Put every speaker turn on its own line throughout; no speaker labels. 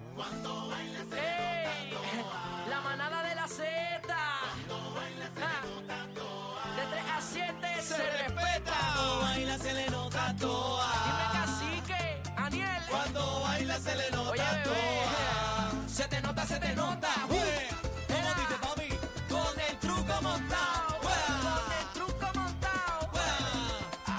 Ah, se le nota
Oye, bebé.
toa. Se te nota, se te nota. Uh, ¿Cómo dice papi? Con el truco montado.
Con el truco montado.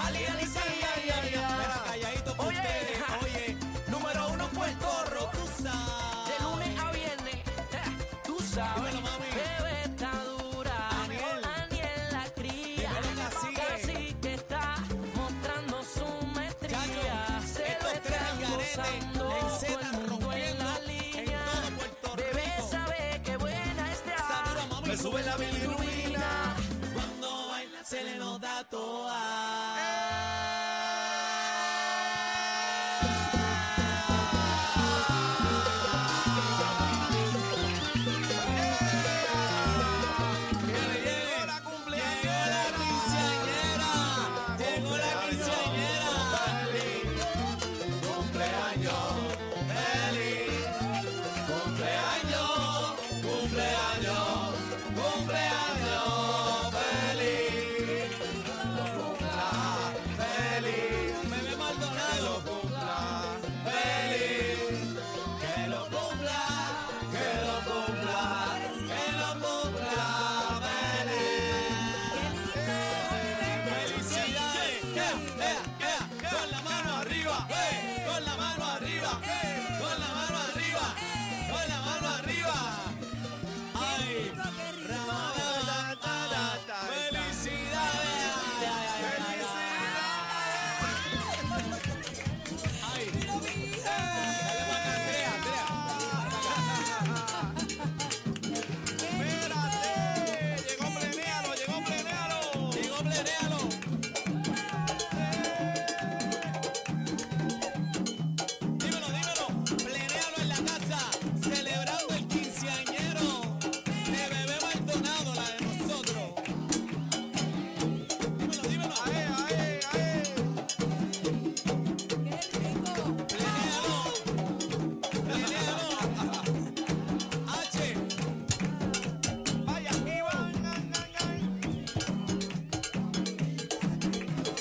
Ali, ali, sí, ay, ay, ay. Mira, calladito pa'
Oye,
ustedes.
ja.
Oye, número uno en Puerto Rico. Tú
De
sabes.
lunes a viernes, ja, tú sabes,
Dímelo, mami.
bebé está dura,
Aniel.
Aniel la cría,
Dímelo, cacique.
casi que está mostrando su maestría,
Chacho,
se lo
estos tres
está
al garete,
gozando
en
todo
Z,
el mundo en
rompiendo
la
en
línea,
todo Puerto
bebé
Rico.
sabe que buena
Está dura,
está,
mami.
me sube la bilirubina.
Cuando baila se le nota toa. Llegó la quinceañera, llegó la quinceañera. Cumpleaños, feliz. Cumpleaños, cumpleaños, cumpleaños, feliz. Cumpla, feliz. Bebé Maldonado, cumpla, feliz. Que lo cumpla, que lo cumpla, que lo cumpla, feliz. Felicidades, eh, eh, eh, con la mano arriba, eh, con la mano arriba, con la mano arriba, con la mano arriba. Ay, Ramada, felicidades. Ay, ay, ay, ay. Ay. Dale pa' acá, Andrea, Andrea. Espérate, llegó Plenéalo, llegó Plenéalo. Llegó Plenéalo. Dímelo, dímelo. Plenéalo en la casa, celebrando el quinceañero de Bebé Maldonado, la de nosotros. Dímelo, dímelo. Ae, ae, ae. Plenéalo. Plenéalo. H. Vaya, Iván.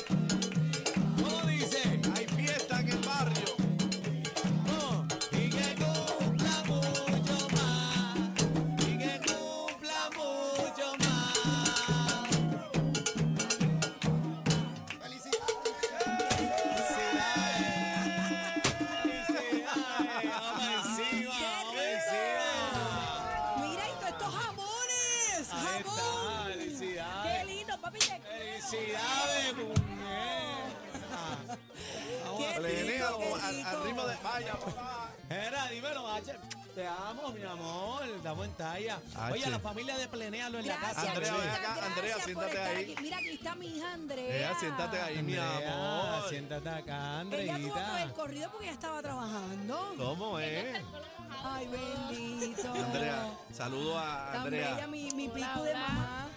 ¿Cómo dice? Hay fiesta en el barrio. Y que cumpla mucho más. Y que cumpla mucho más. ¡Felicidades! ¡Felicidades! ¡Vamos encima! ¡Vamos encima!
Mira, y todos estos jamones.
Ahí está,
Jamón.
felicidades.
Qué lindo, papi. te quiero.
¡Felicidades, muñeca!
Qué
Plenea
rico, qué
al, al
rico.
ritmo de. Vaya, papá.
Era, dímelo, H. Te amo, mi amor. Estamos en talla. Oye, a
H.
la familia de Plenéalo en la
Gracias,
casa.
Andrea,
chica,
ven acá.
gracias
Andrea,
por
siéntate
estar
ahí.
aquí. Mira, aquí está mi hija Andrea.
Vea, siéntate ahí, mi
Andrea,
amor.
siéntate acá,
Ella tuvo que haber
Andreita.
corrido porque ella estaba trabajando.
¿Cómo es?
Ay, bendito.
Andrea, saludo a
Tan bella
Andrea,
mi, mi pico de mamá.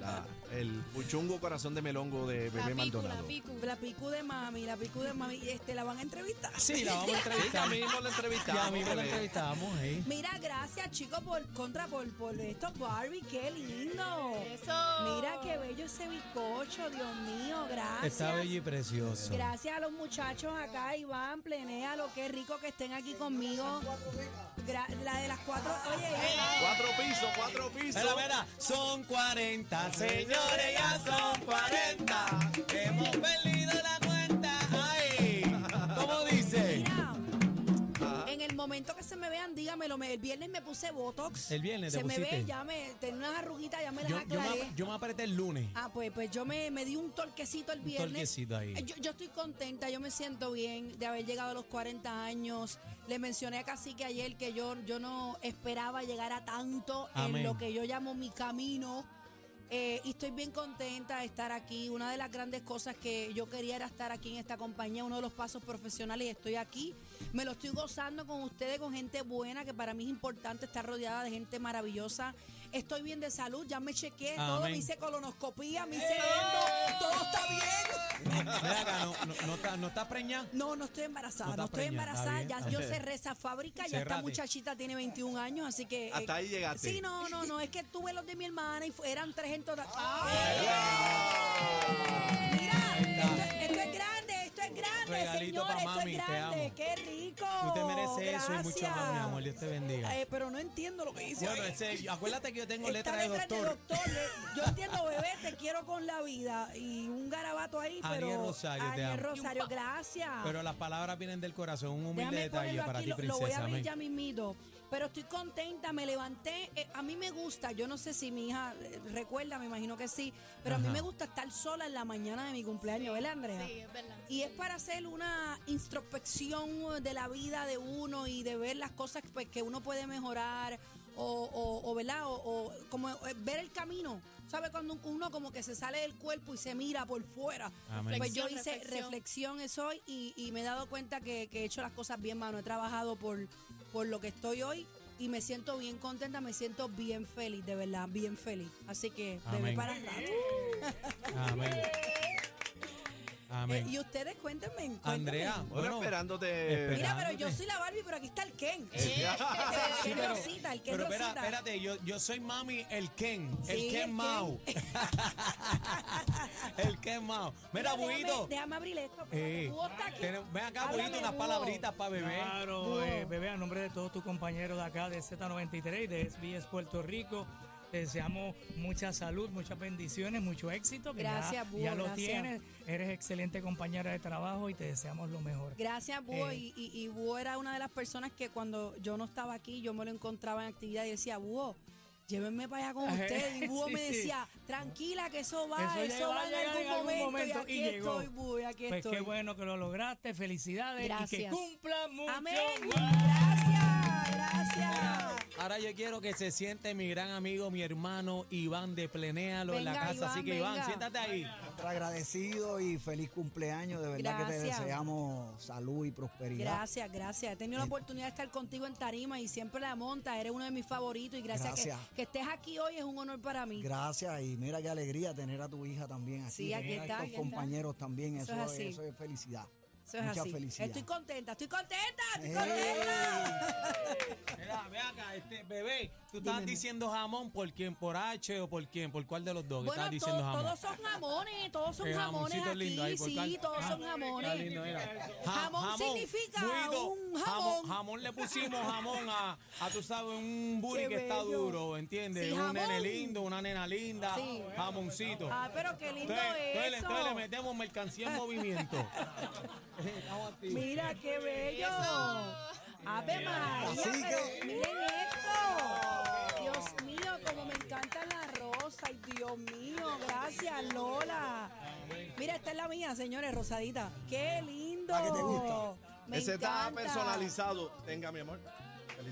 la- el puchungo corazón de melongo de Bebé Maldonado.
La pico de mami, la pico de mami. Este, la van a entrevistar.
Sí, la vamos a
Ya
entrevistar.
mismo la entrevistamos.
Ya mismo la
bebé.
entrevistamos, eh.
Mira, gracias chicos por contra por, por esto, Barbie, qué lindo.
Eso.
Mira qué bello ese bizcocho, Dios mío, gracias.
Está bello y precioso.
Gracias a los muchachos acá, Iván, Plenéalo, qué rico que estén aquí conmigo. Gra- la de las cuatro, oye,
Eh.
Iván,
Cuatro pisos, cuatro pisos.
Mira, mira, son 40, señores, ya son 40. Hemos perdido la cuenta. Ay, ¿cómo dice? Ah.
mira, en el momento que se me vean, dígamelo, me- el viernes me puse Botox.
El viernes te
Se me ve,
pusiste.
ya me, tenía unas arruguitas, ya me las
Yo, yo
aclaré.
me, yo me apreté el lunes.
Ah, pues, pues yo me, me di un torquecito el viernes.
torquecito ahí.
Eh, Yo, yo estoy contenta, yo me siento bien de haber llegado a los 40 años. Le mencioné a Cacique ayer que yo, yo no esperaba llegar a tanto
Amén.
en lo que yo llamo mi camino. Eh, y estoy bien contenta de estar aquí. Una de las grandes cosas que yo quería era estar aquí en esta compañía, uno de los pasos profesionales, y estoy aquí. Me lo estoy gozando con ustedes, con gente buena, que para mí es importante estar rodeada de gente maravillosa. Estoy bien de salud, ya me chequeé, todo
Amén. ¡Eh!
me hice colonoscopía, me hice endo, todo está bien.
Mira acá, no, no, no está, no está preñada.
No, no estoy embarazada,
No
no,
estás
estoy
preñada,
embarazada.
está
Ya,
bien.
yo cerré esa fábrica, ya esta
Cerrate.
muchachita tiene 21 años, así que. eh,
Hasta ahí llegaste.
Sí, no, no, no, es que tuve los de mi hermana y fu- eran tres en total. ¡Ay! Mira, esto, esto es grande, esto es grande,
Regalito
Señor,
dedito para
esto
mami,
es
te
grande,
amo.
qué rico.
Tú te mereces eso y mucho más, mi
gracias.
amor. Dios te bendiga.
Eh, pero no entiendo lo que dice.
Bueno,
ahí.
ese, acuérdate que yo tengo
Está
letra de
detrás del
doctor.
doctor. eh. Yo entiendo, bebé, te quiero con la vida. Y un garabato ahí, pero.
Aniel Rosario, te
Aniel
amo.
Rosario, gracias.
Pero las palabras vienen del corazón. Un humilde
Ah. Déjame
detalle
ponerlo
para
aquí,
ti,
lo, lo voy a
princesa.
abrir
amén.
ya mismito. Pero estoy contenta, me levanté. eh, a mí me gusta, yo no sé si mi hija eh, recuerda, me imagino que sí, pero a mí
Ajá.
me gusta estar sola en la mañana de mi cumpleaños, ¿verdad, Andrea?
Sí, es verdad.
Y es para hacer una introspección de la vida de uno y de ver las cosas pues, que uno puede mejorar o, o- o, ¿verdad? O, o como eh, ver el camino. ¿Sabe? Cuando un- uno como que se sale del cuerpo y se mira por fuera.
Amén.
Pues yo
Reflexión,
hice
reflexión.
reflexión es hoy y, y me he dado cuenta que, que he hecho las cosas bien, mano. He trabajado por, por lo que estoy hoy y me siento bien contenta, me siento bien feliz, de verdad, bien feliz. Así que, bebé
Amén.
para el rato.
Amén.
Eh,
Amén.
y ustedes, cuéntenme. cuéntenme.
Andrea,
Ahora
bueno,
esperándote.
espera.
Mira, pero yo
Esperándote.
soy la Barbie, pero aquí está el Ken.
Eh,
ah,
El
Sí,
Ken
pero-
Rosita, el Ken
Pero espera,
Rosita.
espérate, yo, yo soy mami el Ken, el
Sí,
Ken
el Ken.
Mau. el Ken Mau. Mira,
déjame-
Buito.
Déjame abrir esto.
Eh,
Hugo está aquí.
tenem- ven acá,
Háblame,
Buito, unas
Hugo.
palabritas para bebé.
Claro, eh, bebé, a nombre de todos tus compañeros de acá de Z93 y de SBS Puerto Rico, te deseamos mucha salud, muchas bendiciones, mucho éxito. que ya-
Gracias, Búho,
Ya lo
gracias.
tienes, eres excelente compañera de trabajo y te deseamos lo mejor.
Gracias, Búho.
Eh.
Y, y, y Búho era una de las personas que cuando yo no estaba aquí, yo me lo encontraba en actividad y decía, Búho, llévenme para allá con
Ajá,
ustedes. Y Búho
sí,
me
sí.
decía, tranquila, que eso va,
Eso
eso,
ya va
va
a
en
llegar
algún,
en algún
momento.
momento,
Y
y
aquí
llegó.
estoy, Búho, y aquí
Pues
estoy.
qué bueno que lo lograste, felicidades y
Gracias.
que cumpla mucho
Amén.
más.
Gracias, gracias.
Ahora yo quiero que se siente mi gran amigo, mi hermano Iván de Plenéalo en la
Venga,
casa. Así
Iván,
que Iván,
venga.
siéntate ahí.
Contra agradecido y feliz cumpleaños. De verdad que te
Gracias.
deseamos salud y prosperidad.
Gracias, gracias. He tenido la oportunidad de estar contigo en Tarima y siempre la monta. Eres uno de mis favoritos y gracias, que-
Gracias.
Que, estés aquí hoy es un honor para mí.
Gracias y mira qué alegría tener a tu hija también aquí.
Sí, aquí
tener
está,
a
aquí
estos compañeros también.
Eso
Eso,
es
es
así.
eso es felicidad.
Eso es
Mucha
así.
felicidad.
Estoy contenta, estoy contenta, estoy
¡Ey!
contenta.
Mira, ve acá, este bebé, tú
Dime,
estás
mi-
diciendo jamón por quién, por H o por quién, por cuál de los dos que
Bueno,
estás
to-
diciendo jamón.
todos son jamones, todos son
Eh,
jamones
jamoncito
aquí.
lindo ahí, por
sí,
cuál-
todos
Ah,
son
está
jamones.
lindo, mira. Ja-
Jamón significa un jamón.
Jamón le pusimos jamón a, a tú sabes, un booty
Qué
que está
bello.
duro, ¿entiendes?
Sí,
un nene
jamón.
lindo, una nena linda,
Sí.
jamoncito.
Ah, pero qué lindo
Entonces, entonces le-
eso.
entonces le metemos mercancía en movimiento. Estamos activos.
Mira qué bello. Ave María,
Así
pero
que-
miren esto. Dios mío, como me encantan las rosas. Ay, Dios mío, gracias Lola. Mira, esta es la mía, señores, rosadita. Qué lindo.
¿A que te gusta?
Me
Ese está
encanta.
personalizado. Tenga, mi amor.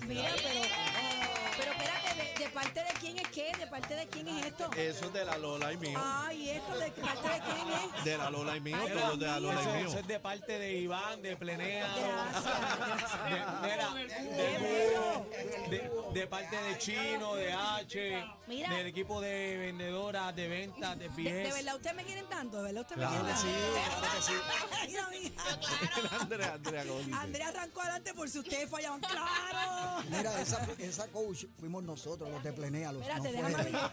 Mira,
Felicidades.
pero, pero espérate, ¿de, de parte de quién es qué? ¿De parte de quién es
Eh,
esto?
Eso es de la Lola y mío.
Ay, esto de parte de quién es.
De la Lola y mío.
Ay,
Todo de la
Dios
Lola
Eso,
y
eso
mío.
es de parte de Iván, de Plenea.
Gracias.
De, mira,
Qué bello.
de- de- de parte de Chino, de H,
Mira.
del equipo de vendedoras, de ventas, de
De, de
pies.
verdad, ustedes me quieren tanto, de verdad, ustedes
Claro
me
que
quieren tanto.
sí,
Mira,
Andrea, Andrea, ¿cómo dice?
mira, Andrea arrancó adelante por si ustedes fallaban. ¡Claro!
Mira, esa, esa coach fuimos nosotros, los de Plenea, los
Espérate,
no fue
déjame
ella.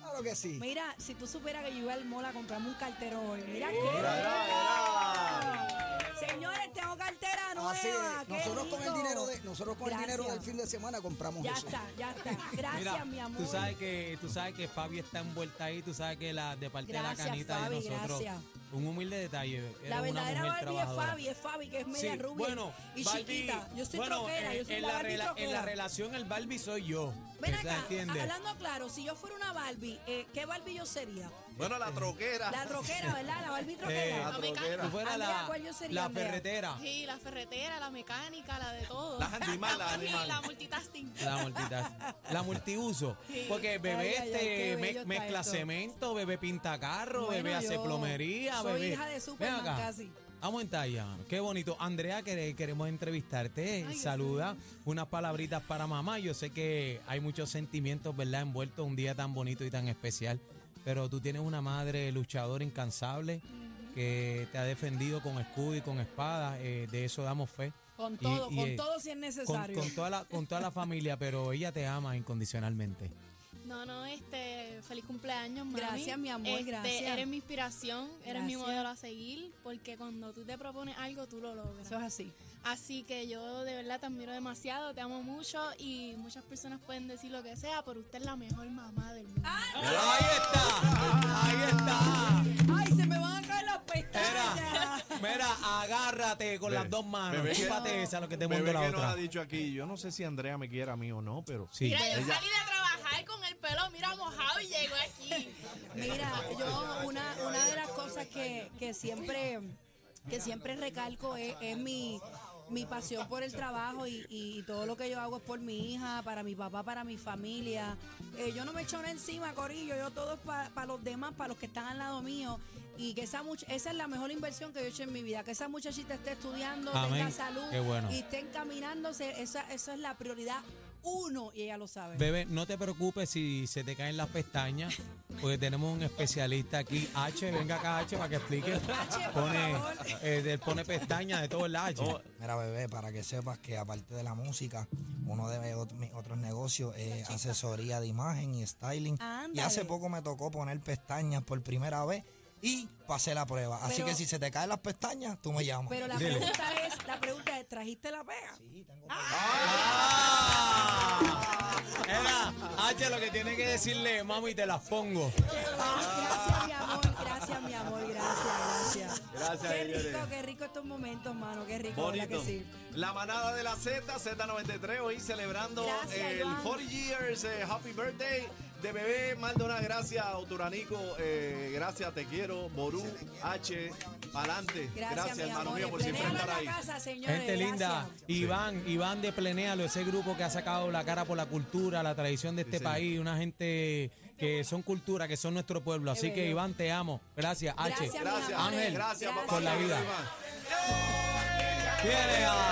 Claro que sí.
Mira, si tú supieras que yo iba al mall a comprarme un cartero hoy. Mira qué rico. Señores, tengo cartera nueva.
Así es.
qué
Nosotros con el
rico.
dinero de, nosotros con el dinero
Gracias.
del fin de semana compramos
Ya
eso.
está, ya está. Gracias,
Mira,
mi amor.
Tú sabes que, tú sabes que Fabi está envuelta ahí, tú sabes que la de parte de
Gracias,
la canita
Fabi,
de nosotros.
gracias.
Un humilde detalle. eres
la
una
verdadera
mujer
Barbie es
trabajadora.
Fabi, es Fabi, que es media
Sí,
rubia
bueno,
y
Barbie-
chiquita. Yo soy
bueno,
troquera,
eh,
yo soy
en
la
la,
Barbie
rela- en la
troquera.
relación el Barbie soy yo.
Ven
¿se
acá,
entiende?
hablando claro, si yo fuera una Barbie, eh, ¿qué Barbie yo sería?
Bueno, la troquera.
Ah.
La roquera, ¿verdad? La
Eh,
Barbie
La
roquera.
ah,
No me
troquera.
Tú fueras
Andrea,
la,
¿cuál yo sería,
la
Andrea?
ferretera.
Sí, la ferretera, la mecánica, la de todo.
Las animal, las
Sí,
animal.
la multitasking.
La, multitas- la multiuso.
Sí.
Porque
Ay, ay,
bebé
ay,
este
qué bello
mez-
está
mezcla
esto.
cemento, bebé pinta carro,
Bueno,
bebé hace
yo
plomería,
soy
bebé.
hija de
Ven
Superman
acá.
casi.
Vamos en talla. Qué bonito. Andrea, que- queremos entrevistarte. Saluda. Unas palabritas para mamá. Yo sé que hay muchos sentimientos, ¿verdad? Envueltos un día tan bonito y tan especial. Pero tú tienes una madre luchadora incansable que te ha defendido con escudo y con espada. eh, de eso damos fe.
Con
Y-
todo,
y,
con
eh,
todo si es
con,
necesario.
con toda la, con toda la familia, pero ella te ama incondicionalmente.
No, no, este, feliz cumpleaños, mami.
Gracias, mi amor,
Este,
gracias.
Eres mi inspiración, eres mi
Gracias.
modelo a seguir, porque cuando tú te propones algo, tú lo logras.
Eso es así.
Así que yo de verdad te admiro demasiado, te amo mucho y muchas personas pueden decir lo que sea, pero usted es la mejor mamá del mundo.
Ahí está, ahí está.
¡Ay, se me van a caer las
Era.
pestañas!
Mira, agárrate con
Be-
las dos manos.
bebé que-
Chúpate esa, lo que te
Bebé
mundo la
que nos
otra.
ha dicho aquí, yo no sé si Andrea me quiere a mí o no, pero
Sí.
Mira, yo salí de trabajar con el pelo, mira, mojado y llego aquí.
Mira, yo una, una de las cosas que, que siempre que siempre recalco es, es mi, mi pasión por el trabajo y, y todo lo que yo hago es por mi hija, para mi papá, para mi familia. Eh, yo no me echo nada encima, Corillo, yo todo es para los demás, para los que están al lado mío. Y que esa much- esa es la mejor inversión que yo he hecho en mi vida, que esa muchachita esté estudiando, tenga
Amén.
salud
Qué bueno.
y esté encaminándose, esa, esa es la prioridad uno y ella lo sabe.
Bebé, no te preocupes si se te caen las pestañas, porque tenemos un especialista aquí, H, venga acá H para que explique.
por
Pone,
favor.
eh, de- pone pestañas de todo el H.
Mira, bebé, para que sepas que aparte de la música, uno de ot- mi- otros negocios es asesoría de imagen y styling. Y
Ándale.
hace poco me tocó poner pestañas por primera vez y pasé la prueba. Así
Pero-
que si se te caen las pestañas, tú me llamas.
Pero la
Dile.
pregunta es, la pregunta es, ¿trajiste la pega?
Ah,
Era, H lo que tiene que decirle, mami, te las pongo.
Gracias, mi amor, gracias, mi amor, gracias, gracias.
Gracias,
Qué
Irene.
rico, qué rico estos momentos, mano, qué rico, ¿verdad
Bonito.
que sí?
La manada de la Z, Z93, hoy celebrando
Gracias,
el
Iván.
40 Years eh, Happy Birthday de Bebé Maldonado. Gracias, Auturanico. eh, gracias, te quiero. Ború, H, pa'lante.
Gracias, mi
hermano
amor.
mío, por siempre
Plenéalo
estar ahí.
en la casa, señores,
Gente linda,
gracias.
Iván, Iván de Plenéalo, ese grupo que ha sacado la cara por la cultura, la tradición de este
señor.
país, una gente que son cultura, que son nuestro pueblo. Así
Qué
que
bello.
Iván, te amo. Gracias, H.
Gracias, mi
Gracias,
amor.
Ángel,
Gracias, papá.
por la
Gracias,
vida.
Iván.
Viene ah. a